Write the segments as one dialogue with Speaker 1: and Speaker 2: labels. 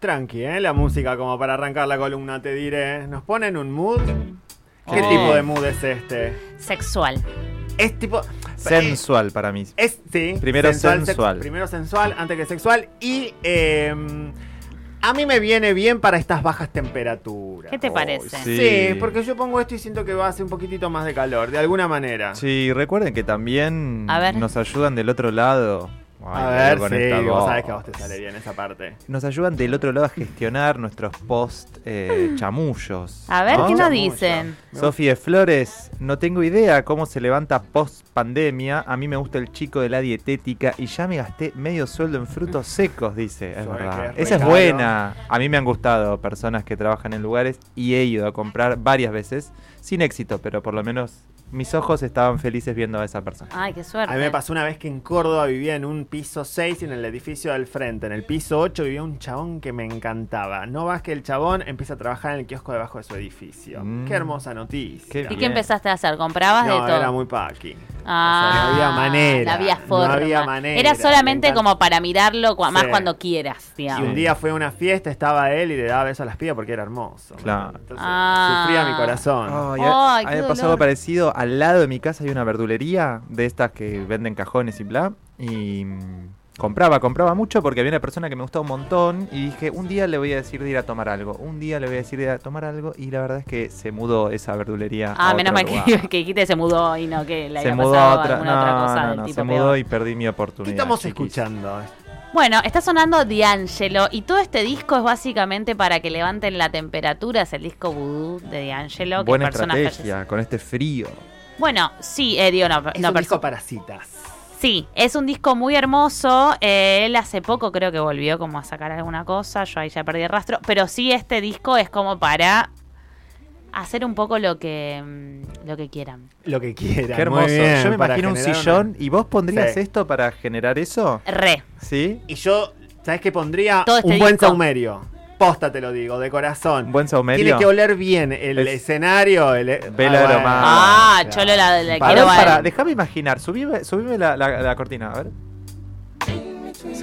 Speaker 1: tranqui, ¿eh? La música como para arrancar la columna, te diré. Nos pone en un mood. ¿Qué tipo de mood es este?
Speaker 2: Sexual.
Speaker 1: Es tipo... eh,
Speaker 3: Sensual para mí.
Speaker 1: Es, sí.
Speaker 3: Primero
Speaker 1: sex-
Speaker 3: sensual.
Speaker 1: primero sensual, antes que sexual. Y eh, a mí me viene bien para estas bajas temperaturas.
Speaker 2: ¿Qué te parece?
Speaker 3: Oh, sí.
Speaker 1: Sí. porque yo pongo esto y siento que va a hacer un poquitito más de calor, de alguna manera.
Speaker 3: Sí, recuerden que también
Speaker 2: A ver.
Speaker 3: nos ayudan del otro lado. Ay,
Speaker 1: a ver,
Speaker 3: con
Speaker 1: sí,
Speaker 3: esta
Speaker 1: vos
Speaker 3: voz.
Speaker 1: sabés que a vos te sale bien esa parte.
Speaker 3: Nos ayudan del otro lado a gestionar nuestros post eh, chamullos.
Speaker 2: A ver,
Speaker 3: ¿no?
Speaker 2: ¿qué nos
Speaker 1: Mucho.
Speaker 2: dicen?
Speaker 3: Sofi de Flores, no tengo idea cómo se levanta post pandemia. A mí me gusta el chico de la dietética y ya me gasté medio sueldo en frutos secos, dice. Es
Speaker 1: Sabe
Speaker 3: verdad.
Speaker 1: que es
Speaker 3: Esa es
Speaker 1: recaro.
Speaker 3: buena. A mí me han gustado personas que trabajan en lugares y he ido a comprar varias veces sin éxito, pero por lo menos mis ojos estaban felices viendo a esa persona.
Speaker 2: Ay, qué suerte.
Speaker 1: A mí me pasó una vez que en Córdoba vivía en un piso 6 y en el edificio del frente. En el piso 8 vivía un chabón que me encantaba. No vas que el chabón empieza a trabajar en el kiosco debajo de su edificio.
Speaker 3: Mm.
Speaker 1: Qué hermosa noticia.
Speaker 3: Qué
Speaker 2: ¿Y
Speaker 3: bien.
Speaker 2: qué empezaste a hacer? ¿Comprabas
Speaker 1: no,
Speaker 2: de todo?
Speaker 1: era muy paqui.
Speaker 2: Ah,
Speaker 1: O sea, no había manera,
Speaker 2: No había
Speaker 1: no
Speaker 2: forma.
Speaker 1: había manera,
Speaker 2: Era
Speaker 1: me
Speaker 2: solamente
Speaker 1: encanta.
Speaker 2: como para mirarlo cua- más
Speaker 1: Sí.
Speaker 2: cuando quieras, digamos.
Speaker 1: Y un día fue a una fiesta, estaba él y le daba besos a las pibas porque era hermoso.
Speaker 3: Claro. Ah.
Speaker 1: Entonces,
Speaker 2: Ah.
Speaker 1: sufría mi corazón.
Speaker 3: Ay,
Speaker 2: Ay,
Speaker 3: a-
Speaker 2: qué
Speaker 3: había pasado
Speaker 2: dolor.
Speaker 3: algo parecido. Al lado de mi casa hay una verdulería de estas que venden cajones y bla. Y mm, compraba, compraba mucho porque había una persona que me gustaba un montón. Y dije, un día le voy a decir de ir a tomar algo. Un día le voy a decir de ir a tomar algo. Y la verdad es que se mudó esa verdulería.
Speaker 2: Ah,
Speaker 3: a
Speaker 2: menos mal
Speaker 3: otro
Speaker 2: que,
Speaker 3: lugar.
Speaker 2: que dijiste se mudó y no que le
Speaker 3: Se
Speaker 2: había
Speaker 3: mudó a
Speaker 2: pasado
Speaker 3: otra.
Speaker 2: alguna
Speaker 3: no,
Speaker 2: otra cosa
Speaker 3: no,
Speaker 2: del
Speaker 3: no,
Speaker 2: tipo
Speaker 3: se mudó
Speaker 2: peor.
Speaker 3: y perdí mi oportunidad.
Speaker 1: ¿Qué estamos
Speaker 3: chiquis.
Speaker 1: escuchando?
Speaker 2: Bueno, está sonando D'Angelo y todo este disco es básicamente para que levanten la temperatura. Es el disco Voodoo de D'Angelo. que
Speaker 3: Buena
Speaker 2: personas
Speaker 3: estrategia con este frío.
Speaker 2: fallece- Bueno, sí, eh, digo, no,
Speaker 1: Es
Speaker 2: no
Speaker 1: un disco
Speaker 2: perso-
Speaker 1: para citas.
Speaker 2: Sí, es un disco muy hermoso. eh, él hace poco creo que volvió como a sacar alguna cosa. Yo ahí ya perdí el rastro. Pero sí, este disco es como para hacer un poco lo que, mm, lo que quieran.
Speaker 1: Lo que quieran.
Speaker 3: Qué hermoso.
Speaker 1: muy bien,
Speaker 3: Yo me
Speaker 1: para
Speaker 3: imagino un
Speaker 1: generar una-
Speaker 3: sillón. ¿Y vos pondrías
Speaker 1: Sí.
Speaker 3: esto para generar eso?
Speaker 2: Re.
Speaker 3: ¿Sí?
Speaker 1: Y yo, ¿sabes qué pondría?
Speaker 2: Todo este
Speaker 1: un buen
Speaker 2: disco.
Speaker 1: saumerio. Posta te lo digo, de corazón.
Speaker 3: Un buen saumerio.
Speaker 1: Tiene que oler bien el
Speaker 3: Es-
Speaker 1: escenario. El... e-
Speaker 3: Vela
Speaker 1: bueno.
Speaker 3: aromada.
Speaker 2: Ah, cholo, la- la
Speaker 3: A
Speaker 1: Para-
Speaker 2: quiero
Speaker 3: ver,
Speaker 2: ver.
Speaker 3: para, déjame imaginar. Subime, subime la, la- la cortina, a ver.
Speaker 2: Ah,
Speaker 1: ¿Qué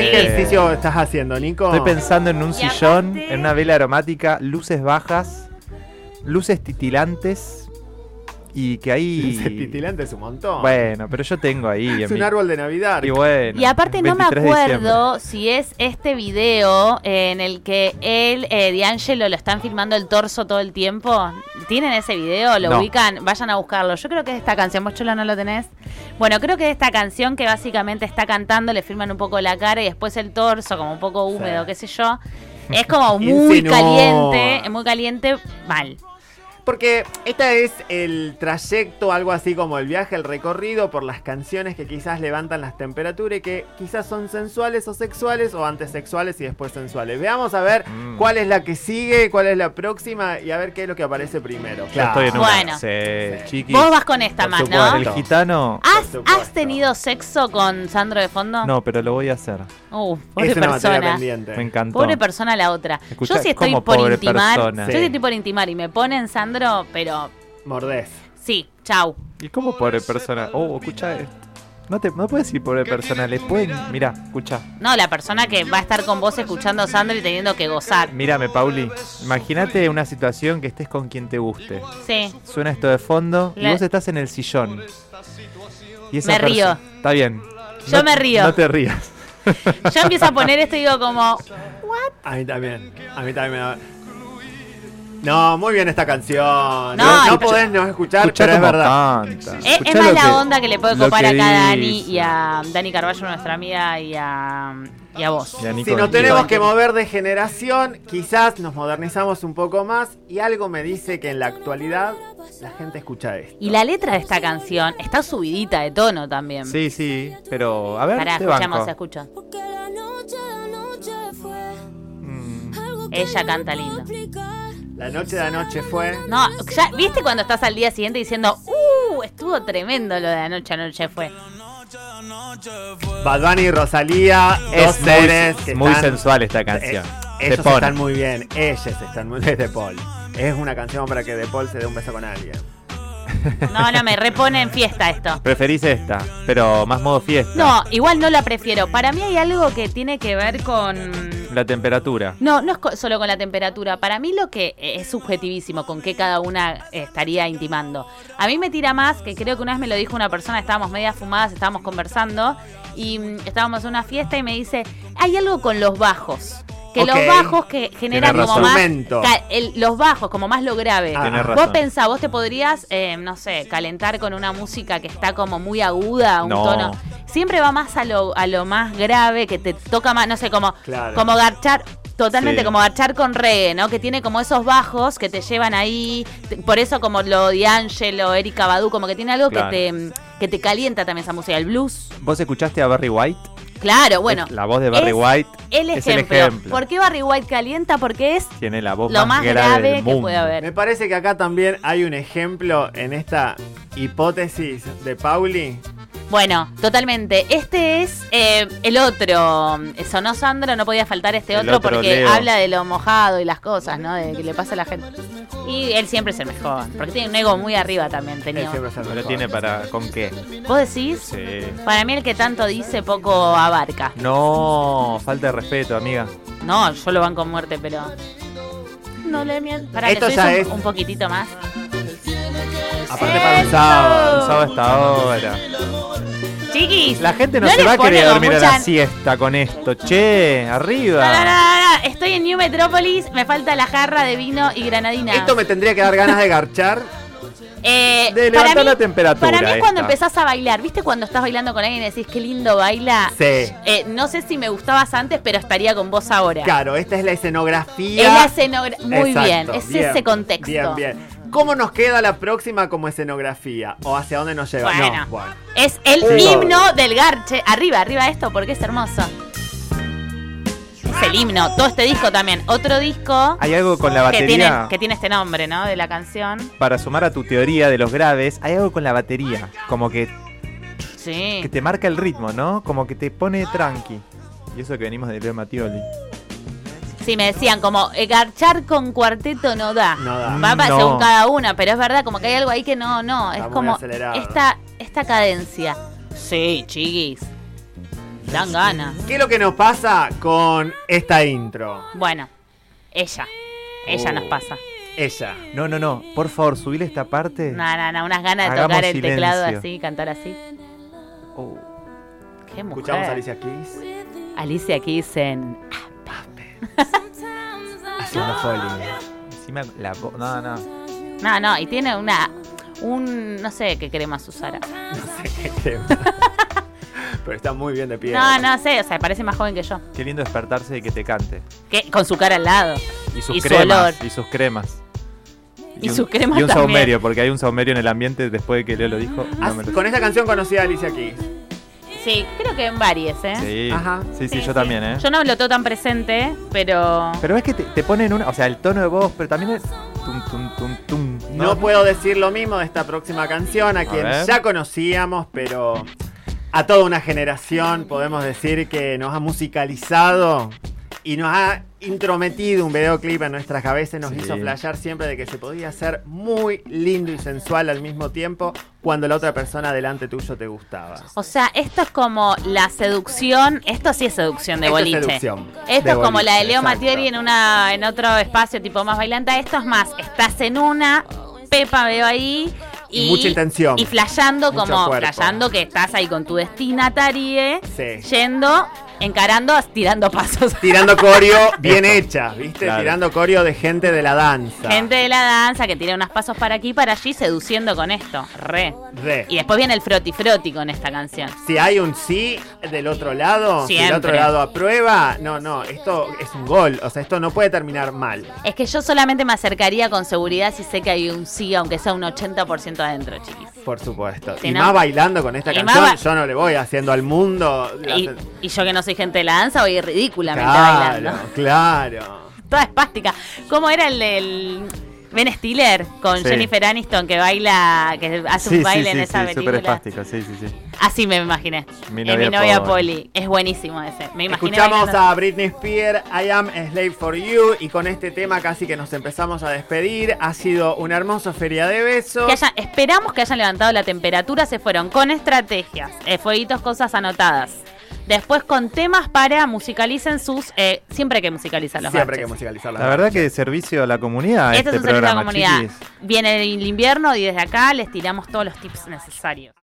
Speaker 2: sí.
Speaker 1: ejercicio estás haciendo, Nico?
Speaker 3: Eh, Estoy pensando en un
Speaker 2: Y
Speaker 3: sillón,
Speaker 2: aparte-
Speaker 3: en una vela aromática, luces bajas, luces titilantes y que ahí.
Speaker 1: Ese titilante es un montón.
Speaker 3: Bueno, pero yo tengo ahí. en
Speaker 1: es un
Speaker 3: mi-
Speaker 1: árbol de Navidad.
Speaker 3: Y bueno.
Speaker 2: Y aparte no me
Speaker 3: 23 de diciembre.
Speaker 2: acuerdo si es este video eh, en el que él, eh, D'Angelo, lo están filmando el torso todo el tiempo. ¿Tienen ese video? ¿Lo
Speaker 3: No.
Speaker 2: ubican? Vayan a buscarlo. Yo creo que es esta canción. ¿Vos, Cholo, no lo tenés? Bueno, creo que es esta canción que básicamente está cantando, le filman un poco la cara y después el torso, como un poco húmedo,
Speaker 1: Sí.
Speaker 2: qué sé yo. Es como muy
Speaker 1: Insinúa.
Speaker 2: caliente, muy caliente, mal.
Speaker 1: Porque esta es el trayecto, algo así como el viaje, el recorrido por las canciones que quizás levantan las temperaturas y que quizás son sensuales o sexuales o antes sexuales y después sensuales. Veamos a ver
Speaker 3: Mm.
Speaker 1: cuál es la que sigue, cuál es la próxima y a ver qué es lo que aparece primero.
Speaker 3: Ya estoy en una.
Speaker 2: Bueno.
Speaker 3: Sí, chiquis.
Speaker 2: Vos vas con esta
Speaker 1: Por
Speaker 2: más,
Speaker 1: supuesto.
Speaker 2: ¿no?
Speaker 3: El gitano.
Speaker 2: ¿Has,
Speaker 1: Por
Speaker 2: has
Speaker 1: supuesto.
Speaker 2: tenido sexo con Sandro de fondo?
Speaker 3: No, pero lo voy a hacer.
Speaker 2: Uh, pobre
Speaker 1: Es una materia
Speaker 2: persona.
Speaker 1: pendiente.
Speaker 3: Me encantó.
Speaker 2: Pobre persona la otra.
Speaker 3: Escuchá,
Speaker 2: yo sí estoy
Speaker 3: ¿cómo
Speaker 2: por
Speaker 3: pobre
Speaker 2: intimar.
Speaker 3: persona?
Speaker 2: Yo sí
Speaker 1: Sí.
Speaker 2: estoy por intimar y me ponen Sandro, pero
Speaker 1: Mordés.
Speaker 2: sí, chau.
Speaker 3: ¿Y cómo pobre persona? Oh, escucha esto. No, te, no puedes ir pobre persona. Les pueden. Mirá, escucha.
Speaker 2: No, la persona que va a estar con vos escuchando Sandro y teniendo que gozar.
Speaker 3: Mírame, Pauli. Imagínate una situación que estés con quien te guste.
Speaker 2: Sí.
Speaker 3: Suena esto de fondo y
Speaker 2: La-
Speaker 3: vos estás en el sillón. Y
Speaker 2: Me
Speaker 3: perso-
Speaker 2: río.
Speaker 3: Está bien.
Speaker 2: Yo me río.
Speaker 3: No te rías.
Speaker 2: Yo empiezo a poner esto y digo como, ¿what?
Speaker 1: A mí también. A mí también me da- No, muy bien esta canción. No,
Speaker 2: No,
Speaker 1: no
Speaker 2: escucha-
Speaker 1: podés no escuchar,
Speaker 3: Escuchá
Speaker 1: pero es
Speaker 3: cómo
Speaker 1: verdad.
Speaker 3: canta.
Speaker 2: eh, Es, es
Speaker 3: Escuchá
Speaker 2: más
Speaker 3: lo
Speaker 2: la onda que le puede
Speaker 3: lo
Speaker 2: copar
Speaker 3: que
Speaker 2: acá a Dani
Speaker 3: dice.
Speaker 2: y a mm, Dani Carballo, nuestra amiga, y a, mm, y a vos.
Speaker 3: Y a Nico
Speaker 1: Si nos
Speaker 3: Nico.
Speaker 1: tenemos que mover de generación, quizás nos modernizamos un poco más y algo me dice que en la actualidad la gente escucha esto.
Speaker 2: Y la letra de esta canción está subidita de tono también.
Speaker 3: Sí, sí, pero a ver,
Speaker 2: Pará,
Speaker 3: te banco.
Speaker 2: escuchamos, escucho.
Speaker 4: Porque la noche, la noche fue
Speaker 3: Mm,
Speaker 4: algo que
Speaker 2: Ella
Speaker 4: no
Speaker 2: canta
Speaker 4: puedo
Speaker 2: lindo.
Speaker 4: explicar.
Speaker 1: La noche de anoche fue.
Speaker 2: No, ya, ¿viste cuando estás al día siguiente diciendo, uh, estuvo tremendo lo de anoche, anoche fue?
Speaker 1: Bad Bunny y Rosalía, dos
Speaker 3: Es
Speaker 1: seres
Speaker 3: muy,
Speaker 1: que
Speaker 3: muy
Speaker 1: están-
Speaker 3: sensual esta
Speaker 1: eh,
Speaker 3: canción. Te
Speaker 1: ellos
Speaker 3: pone.
Speaker 1: están muy bien, ellas están muy bien. De Paul. Es una canción para que De Paul se dé un beso con alguien.
Speaker 2: No, no, me repone en fiesta esto.
Speaker 3: Preferís esta, pero más modo fiesta.
Speaker 2: No, igual no la prefiero. Para mí hay algo que tiene que ver con...
Speaker 3: La temperatura.
Speaker 2: No, no es co- solo con la temperatura. Para mí lo que eh, es subjetivísimo, con qué cada una eh, estaría intimando. A mí me tira más, que creo que una vez me lo dijo una persona, estábamos media fumadas, estábamos conversando y mm, estábamos en una fiesta y me dice, hay algo con los bajos. Que
Speaker 1: Ok.
Speaker 2: los bajos que generan
Speaker 3: Tenés
Speaker 2: como
Speaker 3: razón.
Speaker 2: más...
Speaker 1: Instrumento.
Speaker 2: ca- el- los bajos, como más lo grave.
Speaker 1: Ah.
Speaker 3: Tenés
Speaker 1: Vos
Speaker 2: Vos
Speaker 3: razón.
Speaker 2: pensá, vos te podrías, eh, no sé, calentar con una música que está como muy aguda, un
Speaker 3: No.
Speaker 2: tono. Siempre va más a lo, a lo más grave, que te toca más, no sé, como,
Speaker 1: Claro.
Speaker 2: como garchar, totalmente
Speaker 3: Sí.
Speaker 2: como garchar con reggae, ¿no? Que tiene como esos bajos que te llevan ahí. Te- Por eso como lo de Angelo, Erika Badu, como que tiene algo
Speaker 3: Claro.
Speaker 2: que, te, que te calienta también esa música, el blues.
Speaker 3: ¿Vos escuchaste a Barry White?
Speaker 2: Claro, bueno.
Speaker 3: La voz de Barry
Speaker 2: es
Speaker 3: White
Speaker 2: El
Speaker 3: es
Speaker 2: ejemplo.
Speaker 3: el ejemplo.
Speaker 2: ¿Por qué Barry White calienta? Porque es
Speaker 3: Tiene la voz
Speaker 2: lo más
Speaker 3: más,
Speaker 2: grave
Speaker 3: del
Speaker 2: que
Speaker 3: mundo.
Speaker 2: puede haber.
Speaker 1: Me parece que acá también hay un ejemplo en esta hipótesis de Pauli.
Speaker 2: Bueno, totalmente. Este es eh, el otro. Sonó Sandro, no podía faltar este
Speaker 3: El
Speaker 2: otro,
Speaker 3: otro
Speaker 2: porque
Speaker 3: Leo.
Speaker 2: habla de lo mojado y las cosas, ¿no? De que le pasa a la gente. Y él siempre es el mejor, porque tiene un ego muy arriba también.
Speaker 1: Él
Speaker 2: Tenía.
Speaker 1: siempre es el
Speaker 3: No lo
Speaker 1: mejor.
Speaker 3: tiene para. ¿Con qué?
Speaker 2: ¿Vos decís?
Speaker 3: Sí.
Speaker 2: Para mí el que tanto dice poco abarca.
Speaker 3: No, falta de respeto, amiga.
Speaker 2: No, yo lo banco a muerte, pero... No le miento. Para que
Speaker 1: Esto
Speaker 2: subís
Speaker 1: ya
Speaker 2: un,
Speaker 1: es-
Speaker 2: un poquitito más.
Speaker 1: Aparte para un
Speaker 2: ¡Eso!
Speaker 1: sábado.
Speaker 3: Sábado hasta ahora.
Speaker 2: Chiquis.
Speaker 3: La gente no,
Speaker 2: No
Speaker 3: se
Speaker 2: le
Speaker 3: va a querer
Speaker 2: ponemos
Speaker 3: dormir a la
Speaker 2: mucha-
Speaker 3: siesta con esto. Che, arriba.
Speaker 2: No, no, no, no, no. Estoy en New Metropolis, me falta la jarra de vino y granadina.
Speaker 1: Esto me tendría que dar ganas de garchar.
Speaker 2: Eh,
Speaker 3: De
Speaker 2: para
Speaker 3: levantar
Speaker 2: mí,
Speaker 3: la temperatura
Speaker 2: Para mí es cuando
Speaker 3: esta.
Speaker 2: empezás a bailar. ¿Viste cuando estás bailando con alguien y decís qué lindo baila?
Speaker 1: Sí.
Speaker 2: Eh, no sé si me gustabas antes, pero estaría con vos ahora.
Speaker 1: Claro, esta es la escenografía.
Speaker 2: Es la escenogra- Muy
Speaker 1: Exacto,
Speaker 2: bien, es ese contexto.
Speaker 1: Bien, bien. ¿Cómo nos queda la próxima como escenografía? ¿O hacia dónde nos lleva?
Speaker 2: Bueno.
Speaker 1: No, bueno.
Speaker 2: Es el
Speaker 1: Sí.
Speaker 2: himno del garche. Arriba, arriba esto, porque es hermoso. Es el himno. Todo este disco también. Otro disco
Speaker 3: Hay algo con la
Speaker 2: que tiene,
Speaker 3: batería.
Speaker 2: que tiene este nombre, ¿no? De la canción.
Speaker 3: Para sumar a tu teoría de los graves, hay algo con la batería. Como que,
Speaker 2: Sí.
Speaker 3: que te marca el ritmo, ¿no? Como que te pone tranqui. Y eso que venimos de Leo Matioli.
Speaker 2: Sí, me decían como eh, garchar con cuarteto no da.
Speaker 1: No da.
Speaker 2: Va para
Speaker 3: No.
Speaker 2: según cada una, pero es verdad, como que hay algo ahí que no, no.
Speaker 1: Está
Speaker 2: es
Speaker 1: muy
Speaker 2: como
Speaker 1: acelerado.
Speaker 2: esta, esta cadencia. Sí, chiquis. Dan ganas.
Speaker 1: ¿Qué es lo que nos pasa con esta intro?
Speaker 2: Bueno, ella. Ella
Speaker 3: Oh.
Speaker 2: nos pasa.
Speaker 1: Ella.
Speaker 3: No, no, no. Por favor, subile esta parte.
Speaker 2: No, no, no, unas ganas de
Speaker 3: Hagamos
Speaker 2: tocar el teclado
Speaker 3: silencio.
Speaker 2: así, cantar así.
Speaker 3: Oh.
Speaker 2: Qué mujer.
Speaker 1: Escuchamos a Alicia Keys.
Speaker 2: Alicia Keys en-
Speaker 1: Haciendo folio.
Speaker 3: Encima la voz. No, no.
Speaker 2: No, no, y tiene una... Un... No sé qué queremos usar.
Speaker 1: Pero está muy bien de pie.
Speaker 2: No, no sé, o sea, parece más joven que yo.
Speaker 3: Qué lindo despertarse de que te cante.
Speaker 2: Que Con su cara al lado.
Speaker 3: Y sus
Speaker 2: Y su
Speaker 3: cremas.
Speaker 2: olor.
Speaker 3: y sus cremas.
Speaker 2: Y
Speaker 3: un-
Speaker 2: sus cremas
Speaker 3: Y un
Speaker 2: también.
Speaker 3: saumerio, porque hay un saumerio en el ambiente después de que Leo lo dijo.
Speaker 1: Ah,
Speaker 3: No me lo-
Speaker 1: Con esta canción conocí a Alicia Keys.
Speaker 2: Sí, creo que en varias, ¿eh?
Speaker 3: Sí.
Speaker 1: Ajá.
Speaker 3: sí, sí, yo también, ¿eh?
Speaker 2: Yo no lo tengo tan presente, pero.
Speaker 3: Pero es que te, te ponen una. O sea, el tono de voz, pero también es. Tum, tum, tum, tum.
Speaker 1: No puedo decir lo mismo de esta próxima canción, a quien
Speaker 3: ver.
Speaker 1: ya conocíamos, pero a toda una generación podemos decir que nos ha musicalizado y nos ha intrometido un videoclip en nuestras cabezas, nos
Speaker 3: Sí.
Speaker 1: hizo flashear siempre de que se podía hacer muy lindo y sensual al mismo tiempo cuando la otra persona delante tuyo te gustaba.
Speaker 2: O sea, esto es como la seducción. Esto sí es seducción de
Speaker 1: Esto es
Speaker 2: boliche.
Speaker 1: seducción de
Speaker 2: Esto es como
Speaker 1: boliche,
Speaker 2: la de Leo
Speaker 1: exacto.
Speaker 2: Mattioli en una, en otro espacio tipo más bailanta. Esto es más, estás en una, Pepa veo ahí. Y,
Speaker 1: Y mucha intención.
Speaker 2: Y flasheando
Speaker 1: Mucho
Speaker 2: como,
Speaker 1: cuerpo.
Speaker 2: flasheando que estás ahí con tu destinatarie,
Speaker 1: Sí.
Speaker 2: yendo, encarando, tirando pasos.
Speaker 1: Tirando coreo bien
Speaker 3: Esto.
Speaker 1: hecha, ¿viste?
Speaker 3: Claro.
Speaker 1: Tirando coreo de gente de la danza.
Speaker 2: Gente de la danza que tira unos pasos para aquí, para allí, seduciendo con esto. Re.
Speaker 1: Re.
Speaker 2: Y después viene el froti froti con esta canción.
Speaker 1: Si hay un sí del otro lado, si el
Speaker 2: Siempre.
Speaker 1: otro lado aprueba, no, no, esto es un gol, o sea, esto no puede terminar mal.
Speaker 2: Es que yo solamente me acercaría con seguridad si sé que hay un sí, aunque sea un 80% adentro, chiquis.
Speaker 1: Por supuesto.
Speaker 2: Si
Speaker 1: y
Speaker 2: no-
Speaker 1: más bailando con esta
Speaker 2: y más
Speaker 1: canción,
Speaker 2: ba-
Speaker 1: yo no le voy haciendo al mundo. la-
Speaker 2: Y, y yo que no soy gente de la danza, voy ridículamente
Speaker 1: claro,
Speaker 2: bailando.
Speaker 1: claro.
Speaker 2: Toda espástica. ¿Cómo era el del Ben Stiller con
Speaker 3: Sí.
Speaker 2: Jennifer Aniston que baila, que hace
Speaker 3: Sí,
Speaker 2: un
Speaker 3: sí,
Speaker 2: baile
Speaker 3: sí,
Speaker 2: en esa
Speaker 3: sí, súper
Speaker 2: película?
Speaker 3: espástico, sí, sí, sí.
Speaker 2: Así me imaginé.
Speaker 3: Mi
Speaker 2: Eh,
Speaker 3: novia Polly.
Speaker 2: Polly. Es buenísimo ese. Me imaginé.
Speaker 1: Escuchamos
Speaker 2: bailando-
Speaker 1: a Britney Spears, I Am a Slave for You, y con este tema casi que nos empezamos a despedir. Ha sido una hermosa feria de besos.
Speaker 2: Que haya- esperamos que hayan levantado la temperatura. Se fueron con estrategias, eh, fueguitos, cosas anotadas. Después con temas para musicalicen sus. eh, siempre hay que musicalizan los
Speaker 1: Siempre hay
Speaker 2: baches.
Speaker 1: que musicalizar
Speaker 3: La verdad que servicio a la comunidad
Speaker 2: Este
Speaker 3: este
Speaker 2: es un servicio a la
Speaker 3: programa,
Speaker 2: comunidad.
Speaker 3: chiquis.
Speaker 2: Viene el invierno y desde acá les tiramos todos los tips necesarios.